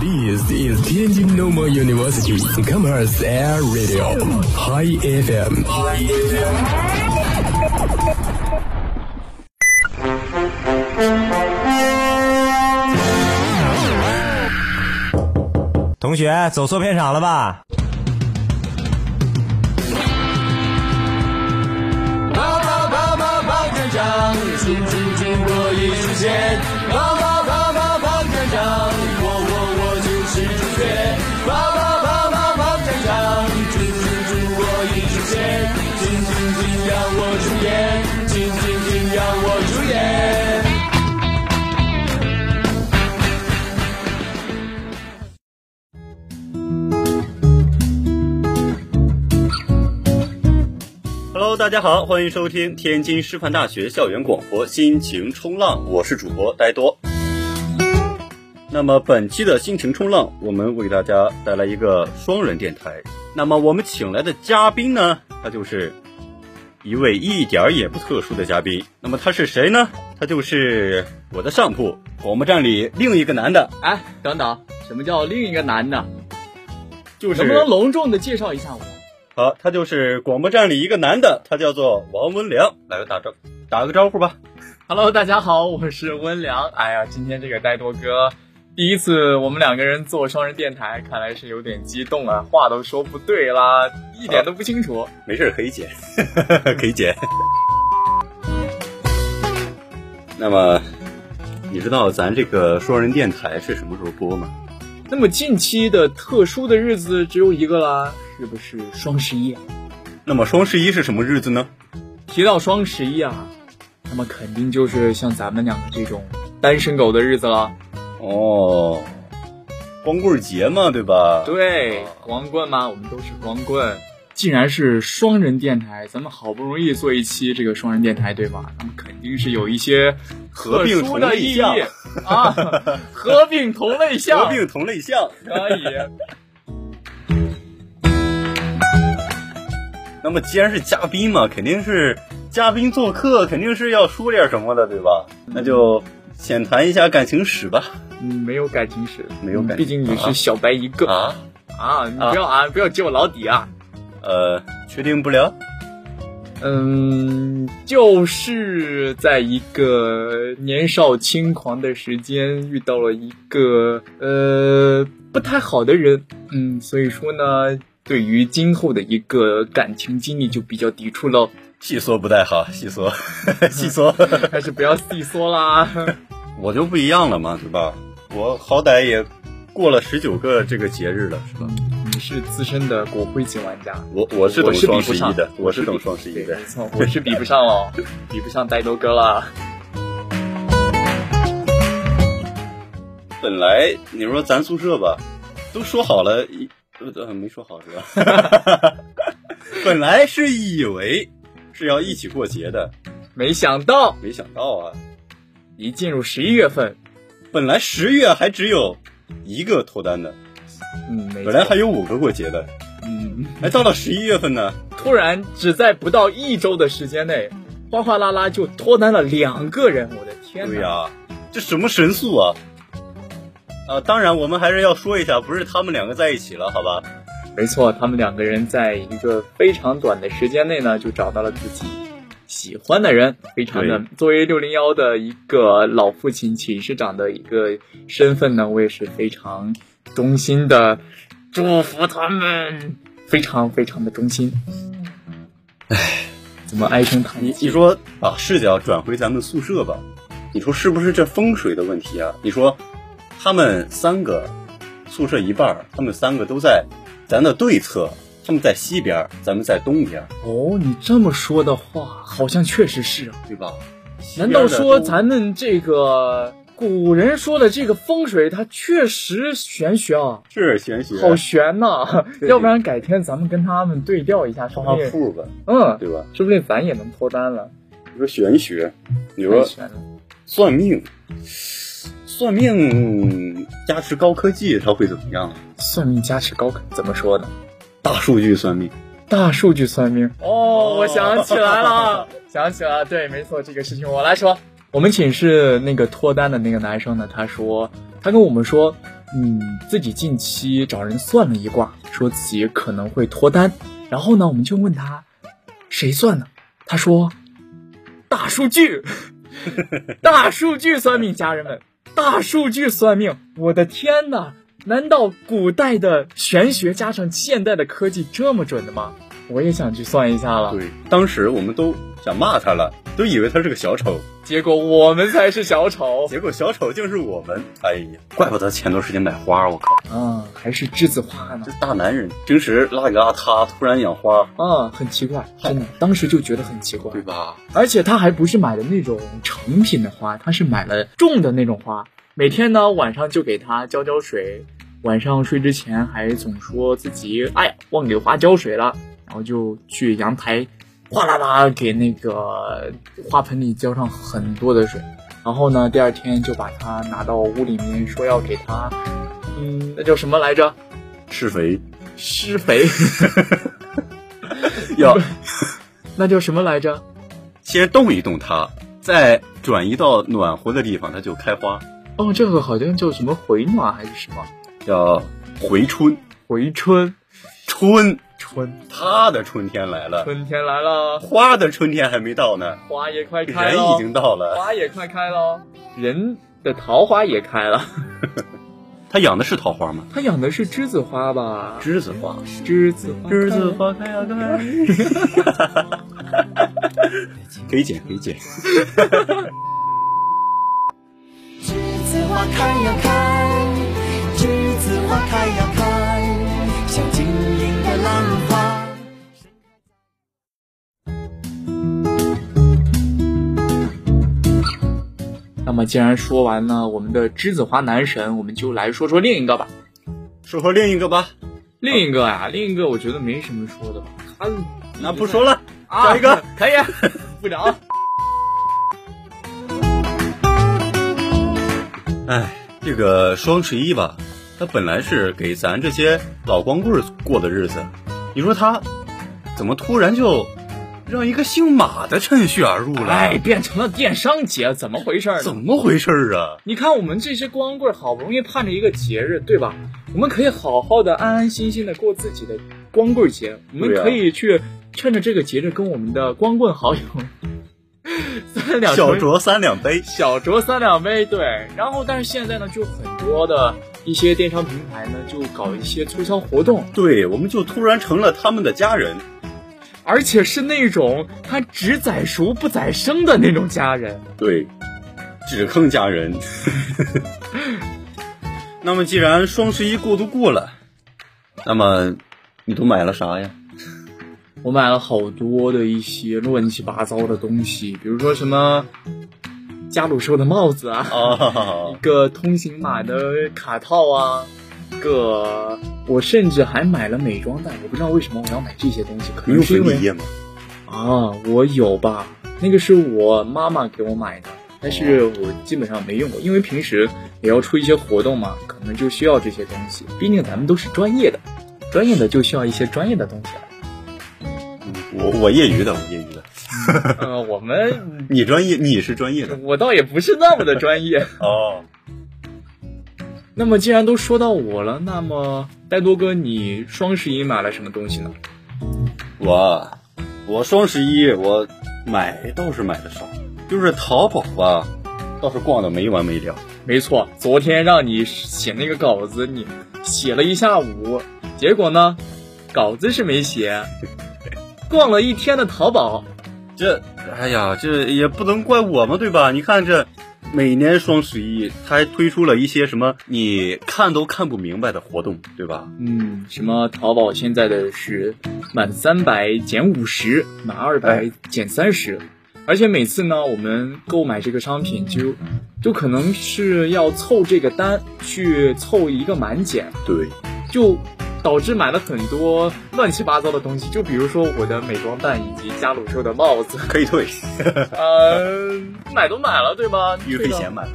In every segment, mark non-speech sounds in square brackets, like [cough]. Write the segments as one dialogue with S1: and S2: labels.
S1: This is Tianjin Normal University Commerce Air Radio High FM。
S2: [laughs] 同学，走错片场了吧？
S3: 爸爸爸爸爸探长，新新中国艺术线。爸爸爸爸爸探长，我我我就是主角。爸爸爸爸爸探长，新新中国艺术线，请请请让我出演，请请请让我出演。
S4: Hello，大家好，欢迎收听天津师范大学校园广播《心情冲浪》，我是主播呆多。那么本期的《心情冲浪》，我们为大家带来一个双人电台。那么我们请来的嘉宾呢，他就是一位一点儿也不特殊的嘉宾。那么他是谁呢？他就是我的上铺广播站里另一个男的，
S3: 哎，等等，什么叫另一个男的？
S4: 就是
S3: 能不能隆重的介绍一下我？
S4: 好，他就是广播站里一个男的，他叫做王文良，来个打招打个招呼吧。
S3: Hello，大家好，我是温良。哎呀，今天这个呆多哥，第一次我们两个人做双人电台，看来是有点激动啊，话都说不对啦，一点都不清楚。
S4: 没事儿，可以剪， [laughs] 可以剪。那么，你知道咱这个双人电台是什么时候播吗？
S3: 那么近期的特殊的日子只有一个啦，是不是双十一啊？
S4: 那么双十一是什么日子呢？
S3: 提到双十一啊，那么肯定就是像咱们两个这种单身狗的日子了。
S4: 哦，光棍节嘛，对吧？
S3: 对，光棍嘛，我们都是光棍。既然是双人电台，咱们好不容易做一期这个双人电台，对吧？那么肯定是有一些
S4: 合并
S3: 特殊
S4: 同
S3: 的
S4: 类
S3: 意义
S4: 项
S3: 啊，合并同类项，
S4: 合并同类项。
S3: 可以。
S4: 那么既然是嘉宾嘛，肯定是嘉宾做客，肯定是要说点什么的，对吧？那就浅谈一下感情史吧。
S3: 嗯，没有感情史，嗯
S4: 没有感情史
S3: 毕竟你是小白一个
S4: 啊，
S3: 啊你不要啊，不要揭我老底啊。
S4: 呃，确定不了。
S3: 嗯，就是在一个年少轻狂的时间遇到了一个呃不太好的人，嗯，所以说呢，对于今后的一个感情经历就比较抵触喽，
S4: 细说不太好，细说， [laughs] 细说。
S3: [laughs] 还是不要细说啦。
S4: 我就不一样了嘛，对吧？我好歹也过了十九个这个节日了，是吧？
S3: 你是资深的国徽级玩 [laughs] 家，
S4: 我我是
S3: 嗯我
S4: 懂
S3: 是比
S4: 双
S3: 不
S4: 十
S3: 上
S4: 一的，我是懂
S3: 比
S4: 双十一
S3: 对
S4: 的
S3: 没。错，我是比不上了，比不上呆豆哥了。
S4: 本来你说咱宿舍吧，都说好了，一呃没说好是吧？
S3: [laughs]
S4: 本来是以为是要一起过节的，
S3: 没想到
S4: 没想到啊，
S3: 一进入十一月份，
S4: 本来十月还只有一个脱单的，
S3: 嗯，没
S4: 本来
S3: 错
S4: 还有五个过节的，
S3: 嗯。
S4: 哎，到了十一月份呢，
S3: 突然只在不到一周的时间内，哗哗啦啦就脱单了两个人，我的天
S4: 对
S3: 哪！
S4: 呀、这什么神速啊！啊，当然我们还是要说一下，不是他们两个在一起了，好吧？
S3: 没错，他们两个人在一个非常短的时间内呢，就找到了自己喜欢的人，非常的。作为六零幺的一个老父亲、寝室长的一个身份呢，我也是非常衷心的祝福他们，非常非常的衷心。唉，怎么唉声叹
S4: 你
S3: 气？
S4: 你说把啊视角转回咱们宿舍吧，你说是不是这风水的问题啊？你说他们三个宿舍一半儿，他们三个都在咱的对侧，他们在西边儿，咱们在东边儿，
S3: 哦，你这么说的话，好像确实是啊。
S4: 对吧？西
S3: 难
S4: 边
S3: 道
S4: 儿的
S3: 说
S4: 东
S3: 咱们这个古人说的这个风水，它确实玄学啊，
S4: 是玄学
S3: 好悬呐、
S4: 对
S3: 要不然改天咱们跟他们对调一下，说
S4: 画
S3: 不定，
S4: 铺吧，
S3: 嗯，
S4: 对吧？
S3: 说不定咱也能脱单了。
S4: 你说玄学，你
S3: 太
S4: 说
S3: 悬了，
S4: 算命，算命加持高科技，它会怎么样？
S3: 算命加持高科怎么说呢？
S4: 大数据算命，
S3: 大数据算命。哦，我想起来了， [laughs] 想起来了，对，没错，这个事情我来说。我们寝室那个脱单的那个男生呢，他说，他跟我们说，嗯，自己近期找人算了一卦，说自己可能会脱单。然后呢，我们就问他谁算的，他说大数据，
S4: [laughs]
S3: 大数据算命，家人们，大数据算命，我的天哪！难道古代的玄学加上现代的科技这么准的吗？我也想去算一下了。
S4: 对，当时我们都想骂他了，都以为他是个小丑，
S3: 结果我们才是小丑
S4: 结果小丑竟是我们。哎呀，怪不得前段时间买花，我靠，
S3: 啊，还是栀子花呢
S4: 这？大男人平时邋里邋遢，突然养花，
S3: 啊，很奇怪，真的，当时就觉得很奇怪
S4: 对。吧？
S3: 而且他还不是买的那种成品的花，他是买了种的那种花。每天呢，晚上就给它浇浇水，晚上睡之前还总说自己哎忘给花浇水了，然后就去阳台哗啦啦给那个花盆里浇上很多的水。然后呢，第二天就把它拿到屋里面，说要给它，嗯，那叫什么来着？
S4: 施肥
S3: 施肥， [laughs]
S4: 要
S3: 那叫什么来着？
S4: 先动一动它，再转移到暖和的地方，它就开花，
S3: 哦，这个好像叫什么回暖还是什么
S4: 叫回春。
S3: 回春？ [laughs]
S4: 春，
S3: 春
S4: 它的春天来了，
S3: 春天来了，
S4: 花的春天还没到呢，
S3: 花也快开
S4: 人
S3: 了，
S4: 已经到了。
S3: 花也快开了，人的桃花也开了。 [laughs]
S4: 他养的是桃花吗？
S3: 他养的是栀子花吧？
S4: 栀子花，
S3: 栀子花，
S4: 栀子花开呀开，可以剪，可以剪。
S5: 栀子花开呀开，栀子花开呀开，像晶莹的浪花。
S3: [laughs] 那么既然说完了我们的栀子花男神，我们就来说说另一个吧。
S4: 说说另一个吧，
S3: 另一个啊，另一个我觉得没什么说的吧。他
S4: 啊那不说了，
S3: 啊
S4: 下一个
S3: 可以，
S4: [laughs]
S3: 部长。
S4: 哎，这个双十一吧，它本来是给咱这些老光棍儿过的日子，你说他怎么突然就让一个姓马的趁虚而入了？
S3: 哎，变成了电商节，怎么回事呢
S4: 怎？么回事儿啊？
S3: 你看，我们这些光棍儿好不容易盼着一个节日，对吧？我们可以好好的、安安心心的过自己的光棍节。我们
S4: 对啊
S3: 可以去趁着这个节日，跟我们的光棍好友 [laughs] 三两
S4: 小
S3: 成
S4: 酌三两杯，
S3: 小酌三两杯，对。然后，但是现在呢，就很多的一些电商平台呢，就搞一些促销活动，
S4: 对，我们就突然成了他们的家人。
S3: 而且是那种他只宰熟不宰生的那种家人。
S4: 对，只坑家人。 [laughs] 那么既然双十一过都过了，那么你都买了啥呀？
S3: 我买了好多的一些乱七八糟的东西，比如说什么加鲁兽的帽子啊，
S4: 啊
S3: 一，个通行码的卡套啊，一个我甚至还买了美妆蛋，我不知道为什么我要买这些东西，可
S4: 你
S3: 能
S4: 有
S3: 是
S4: 粉
S3: 因
S4: 底
S3: 为
S4: 液吗？
S3: 啊，我有吧，那个是我妈妈给我买的。但是
S4: 哦
S3: 我基本上没用过，因为平时也要出一些活动嘛，可能就需要这些东西。毕竟咱们都是专业的，专业的就需要一些专业的东西
S4: [laughs]
S3: 了。
S4: 嗯我我业余的，我业余的。
S3: 呃，我们
S4: 你专业，你是专业的
S3: 我倒也不是那么的专业。
S4: 哦。
S3: [laughs] 那么既然都说到我了，那么呆多哥，你双十一买了什么东西呢？
S4: 我我双十一我买倒是买的少，就是淘宝吧，倒是逛的没完没了。
S3: 没错，昨天让你写那个稿子，你写了一下午，结果呢，稿子是没写，逛了一天的淘宝，
S4: 这，哎呀，这也不能怪我们，对吧？你看这，每年双十一，他还推出了一些什么你看都看不明白的活动，对吧？
S3: 嗯，什么淘宝现在的是满三百减五十，满二百
S4: 哎
S3: 减三十，而且每次呢，我们购买这个商品就就可能是要凑这个单去凑一个满减，
S4: 对，
S3: 就导致买了很多乱七八糟的东西，就比如说我的美妆蛋以及加鲁兽的帽子，
S4: [laughs] 可以退，
S3: 呃，买都买了对吧？
S4: 运费
S3: 退了
S4: 钱买，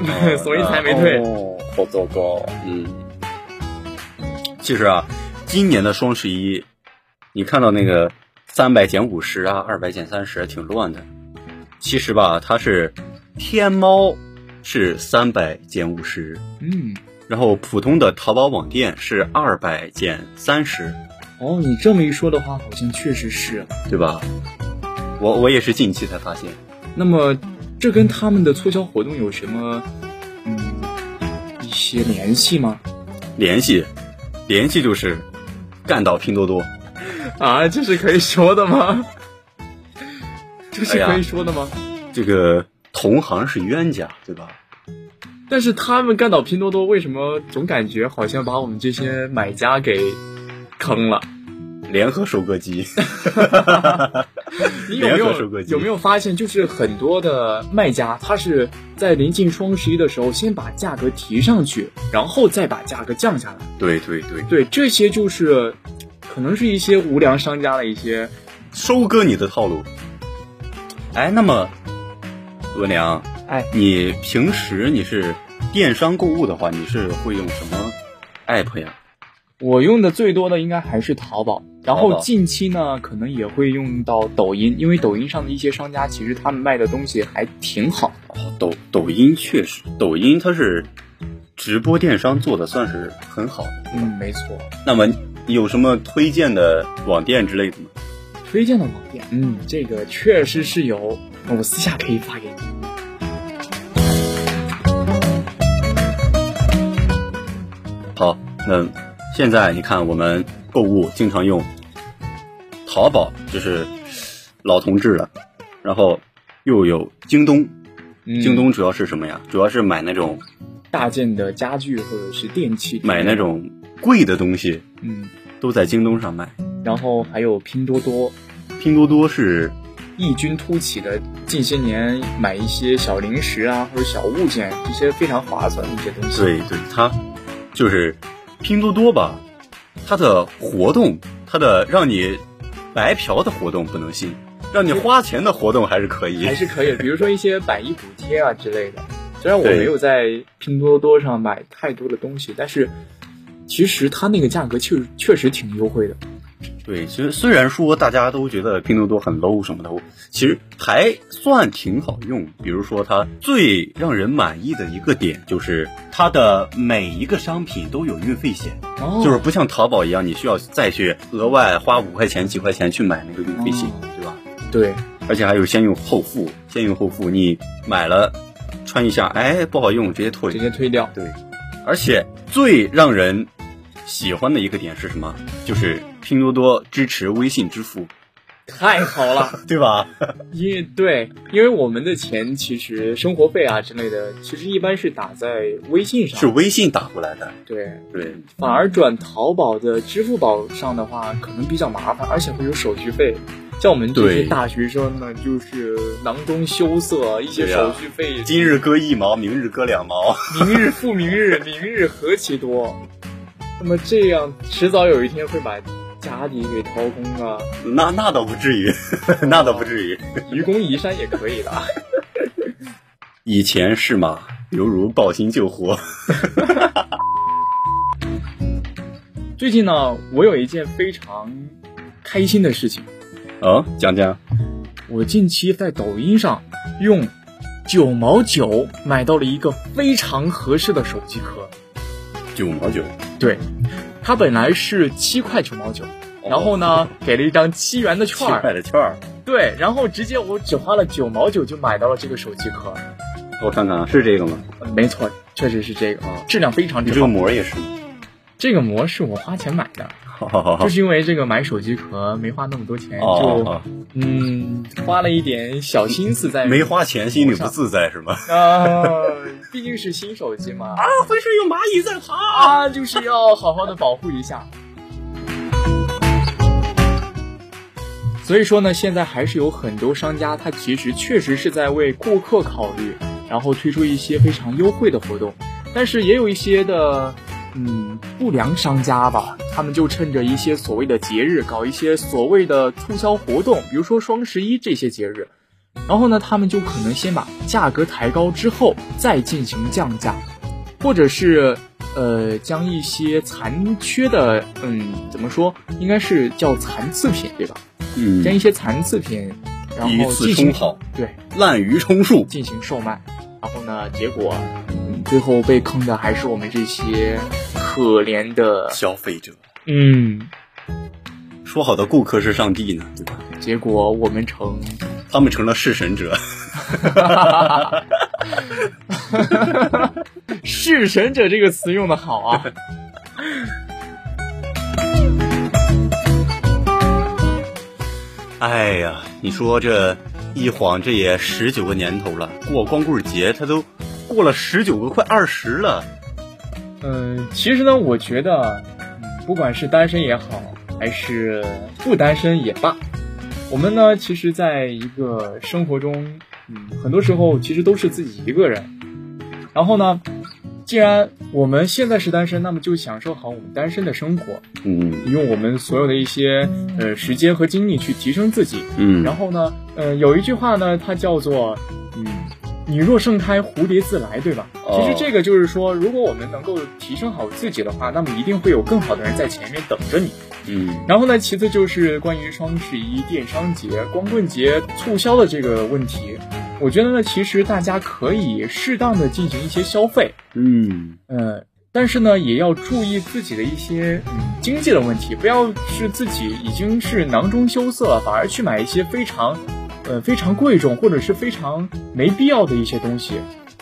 S3: 买， [laughs] 所以才没退。
S4: 哦，好糟糕。嗯，其实啊，今年的双十一，你看到那个三百减五十啊，二百减三十，挺乱的。其实吧，它是天猫是三百减五十，
S3: 嗯，
S4: 然后普通的淘宝网店是二百减三十，
S3: 哦，你这么一说的话，好像确实是。啊
S4: 对吧？我我也是近期才发现，
S3: 那么，这跟他们的促销活动有什么嗯一些联系吗？
S4: 联系联系就是干倒拼多多。
S3: 啊，这是可以说的吗？这是
S4: 哎呀
S3: 可以说的吗？
S4: 这个同行是冤家，对吧？
S3: 但是他们干倒拼多多，为什么总感觉好像把我们这些买家给坑了？
S4: 联合收割机， [laughs]
S3: 你有没
S4: 联合
S3: 有
S4: 收割机
S3: 有没有发现，就是很多的卖家，他是在临近双十一的时候，先把价格提上去，然后再把价格降下来。
S4: 对对对，
S3: 对，这些就是可能是一些无良商家的一些
S4: 收割你的套路。哎，那么文良，
S3: 哎，
S4: 你平时你是电商购物的话，你是会用什么 app 呀？
S3: 我用的最多的应该还是淘宝，然
S4: 淘宝
S3: 后近期呢，可能也会用到抖音，因为抖音上的一些商家其实他们卖的东西还挺好。
S4: 哦，抖抖音确实，抖音它是直播电商做的算是很好的。
S3: 嗯，没错。
S4: 那么你有什么推荐的网店之类的吗？
S3: 推荐的网店，嗯，这个确实是有，我私下可以发给你。
S4: 好，那现在你看我们购物经常用淘宝，这是老同志了，然后又有京东，
S3: 嗯
S4: 京东主要是什么呀？主要是买那种
S3: 大件的家具或者是电器，
S4: 买那，种贵的东西，
S3: 嗯，
S4: 都在京东上买。
S3: 然后还有拼多多，
S4: 拼多多是
S3: 异军突起的近些年买一些小零食啊或者小物件，这些非常划算的一些东西。
S4: 对对，它就是拼多多吧，它的活动，它的让你白嫖的活动不能信，让你花钱的活动还是可以
S3: 还。是可以的，比如说一些百亿补贴啊之类的。虽然我
S4: 对
S3: 没有在拼多多上买太多的东西，但是其实它那个价格确确实挺优惠的。
S4: 对，其实虽然说大家都觉得拼多多很 low 什么的，其实还算挺好用。比如说，它最让人满意的一个点就是它的每一个商品都有运费险，
S3: 哦
S4: 就是不像淘宝一样，你需要再去额外花五块钱、几块钱去买那个运费险，
S3: 哦
S4: 对吧？
S3: 对，
S4: 而且还有先用后付，先用后付，你买了穿一下，哎，不好用，直接退
S3: 直。接推掉。
S4: 对，而且最让人喜欢的一个点是什么？就是拼多多支持微信支付，
S3: 太好了，
S4: 对吧？
S3: 因为对，因为我们的钱其实生活费啊之类的，其实一般是打在微信上，
S4: 是微信打过来的。
S3: 对，
S4: 对，
S3: 反而转淘宝的支付宝上的话，可能比较麻烦，而且会有手续费。像我们这
S4: 对
S3: 些大学生呢，就是囊中羞涩，一些
S4: 对呀
S3: 手续费、
S4: 今日割一毛，明日割两毛。
S3: [laughs] 明日复明日，明日何其多。那么这样，迟早有一天会把家底给掏空啊！ [laughs]
S4: 那那倒不至于， [laughs] 那倒不至于。
S3: 愚公移山也可以的啊。
S4: 以前是马，犹如抱薪救火。
S3: 最近呢，我有一件非常开心的事情，
S4: 啊，讲讲。
S3: 我近期在抖音上用九毛九买到了一个非常合适的手机壳。
S4: 九毛九，
S3: 对，它本来是七块九毛九，然后呢，给了一张七元的
S4: 哦七
S3: 券
S4: 块
S3: 儿，
S4: 的券儿，
S3: 对，然后直接我只花了九毛九就买到了这个手机壳。
S4: 我看看啊是这个吗？
S3: 没错，确实是这个啊，质量非常
S4: 你
S3: 之
S4: 这个
S3: 好。
S4: 膜也是吗？
S3: 这个膜是我花钱买的，
S4: 好好好好
S3: 就。是因为这个买手机壳没花那么多钱，
S4: 哦，
S3: 就
S4: 哦
S3: 嗯花了一点小心思在
S4: 哦没花钱心里不自在是吗？
S3: 啊，毕竟是新手机 [laughs] 嘛
S4: 啊，浑身有蚂蚁在爬。
S3: 啊，就是要好好的保护一下。所以说呢，现在还是有很多商家，他其实确实是在为顾客考虑，然后推出一些非常优惠的活动，但是也有一些的，嗯，不良商家吧，他们就趁着一些所谓的节日，搞一些所谓的促销活动，比如说双十一这些节日，然后呢，他们就可能先把价格抬高之后，再进行降价，或者是呃将一些残缺的，嗯，怎么说，应该是叫残次品对吧？
S4: 嗯
S3: 将一些残次品，然
S4: 一
S3: 后
S4: 次
S3: 进行
S4: 充好，
S3: 对，
S4: 滥竽充数，
S3: 进行售卖。然后呢，结果、嗯最后被坑的还是我们这些可怜的，
S4: 消费者。
S3: 嗯，
S4: 说好的顾客是上帝呢，对吧？
S3: 结果我
S4: [laughs]
S3: 们成， [laughs]
S4: 他们成了弑神者， [laughs]
S3: 弑神者这个词用的好
S4: [laughs]
S3: 啊。
S4: 哎呀，你说这一晃这也十九个年头了，过光棍节他都过了十九个，快二十了。
S3: 嗯，其实呢，我觉得，嗯不管是单身也好，还是不单身也罢，我们呢，其实在一个生活中，嗯，很多时候其实都是自己一个人。然后呢，既然我们现在是单身，那么就享受好我们单身的生活，
S4: 嗯
S3: 用我们所有的一些呃时间和精力去提升自己。
S4: 嗯
S3: 然后呢，呃，有一句话呢，它叫做，嗯，你若盛开，蝴蝶自来，对吧？
S4: 哦
S3: 其实这个就是说，如果我们能够提升好自己的话，那么一定会有更好的人在前面等着你。
S4: 嗯
S3: 然后呢，其次就是关于双十一、电商节、光棍节促销的这个问题，我觉得呢，其实大家可以适当的进行一些消费，
S4: 嗯，
S3: 嗯，但是呢，也要注意自己的一些嗯经济的问题，不要是自己已经是囊中羞涩了，反而去买一些非常，呃非常贵重或者是非常没必要的一些东西。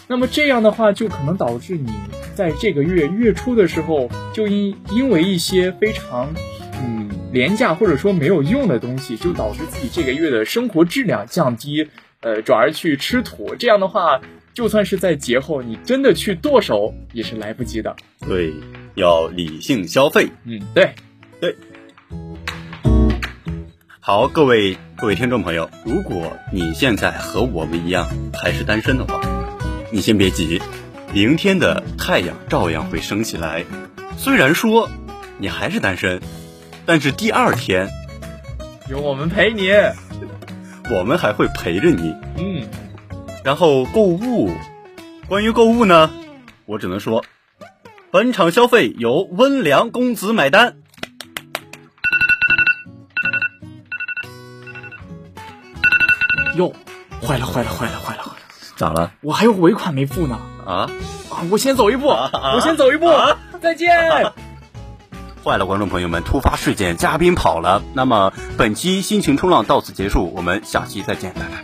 S3: 那么这样的话，就可能导致你在这个月月初的时候，就因因为一些非常嗯廉价或者说没有用的东西，就导致自己这个月的生活质量降低，呃，转而去吃土。这样的话，就算是在节后，你真的去剁手也是来不及的。
S4: 对，要理性消费。
S3: 嗯，对，
S4: 好，各位各位听众朋友，如果你现在和我们一样还是单身的话，你先别急，明天的太阳照样会升起来。虽然说你还是单身，但是第二天
S3: 有我们陪你。
S4: 我们还会陪着你。
S3: 嗯，
S4: 然后购物，关于购物呢，我只能说，本场消费由温良公子买单。
S3: 哟，坏了坏了坏了坏了坏了，
S4: 咋了
S3: 我还有尾款没付呢。
S4: 啊？
S3: 啊，我先走一步，
S4: 啊
S3: 我先走一步，
S4: 啊
S3: 再 [laughs] 见。
S4: 坏了，观众朋友们，突发事件，嘉宾跑了。那么本期心情冲浪到此结束，我们下期再见，拜拜。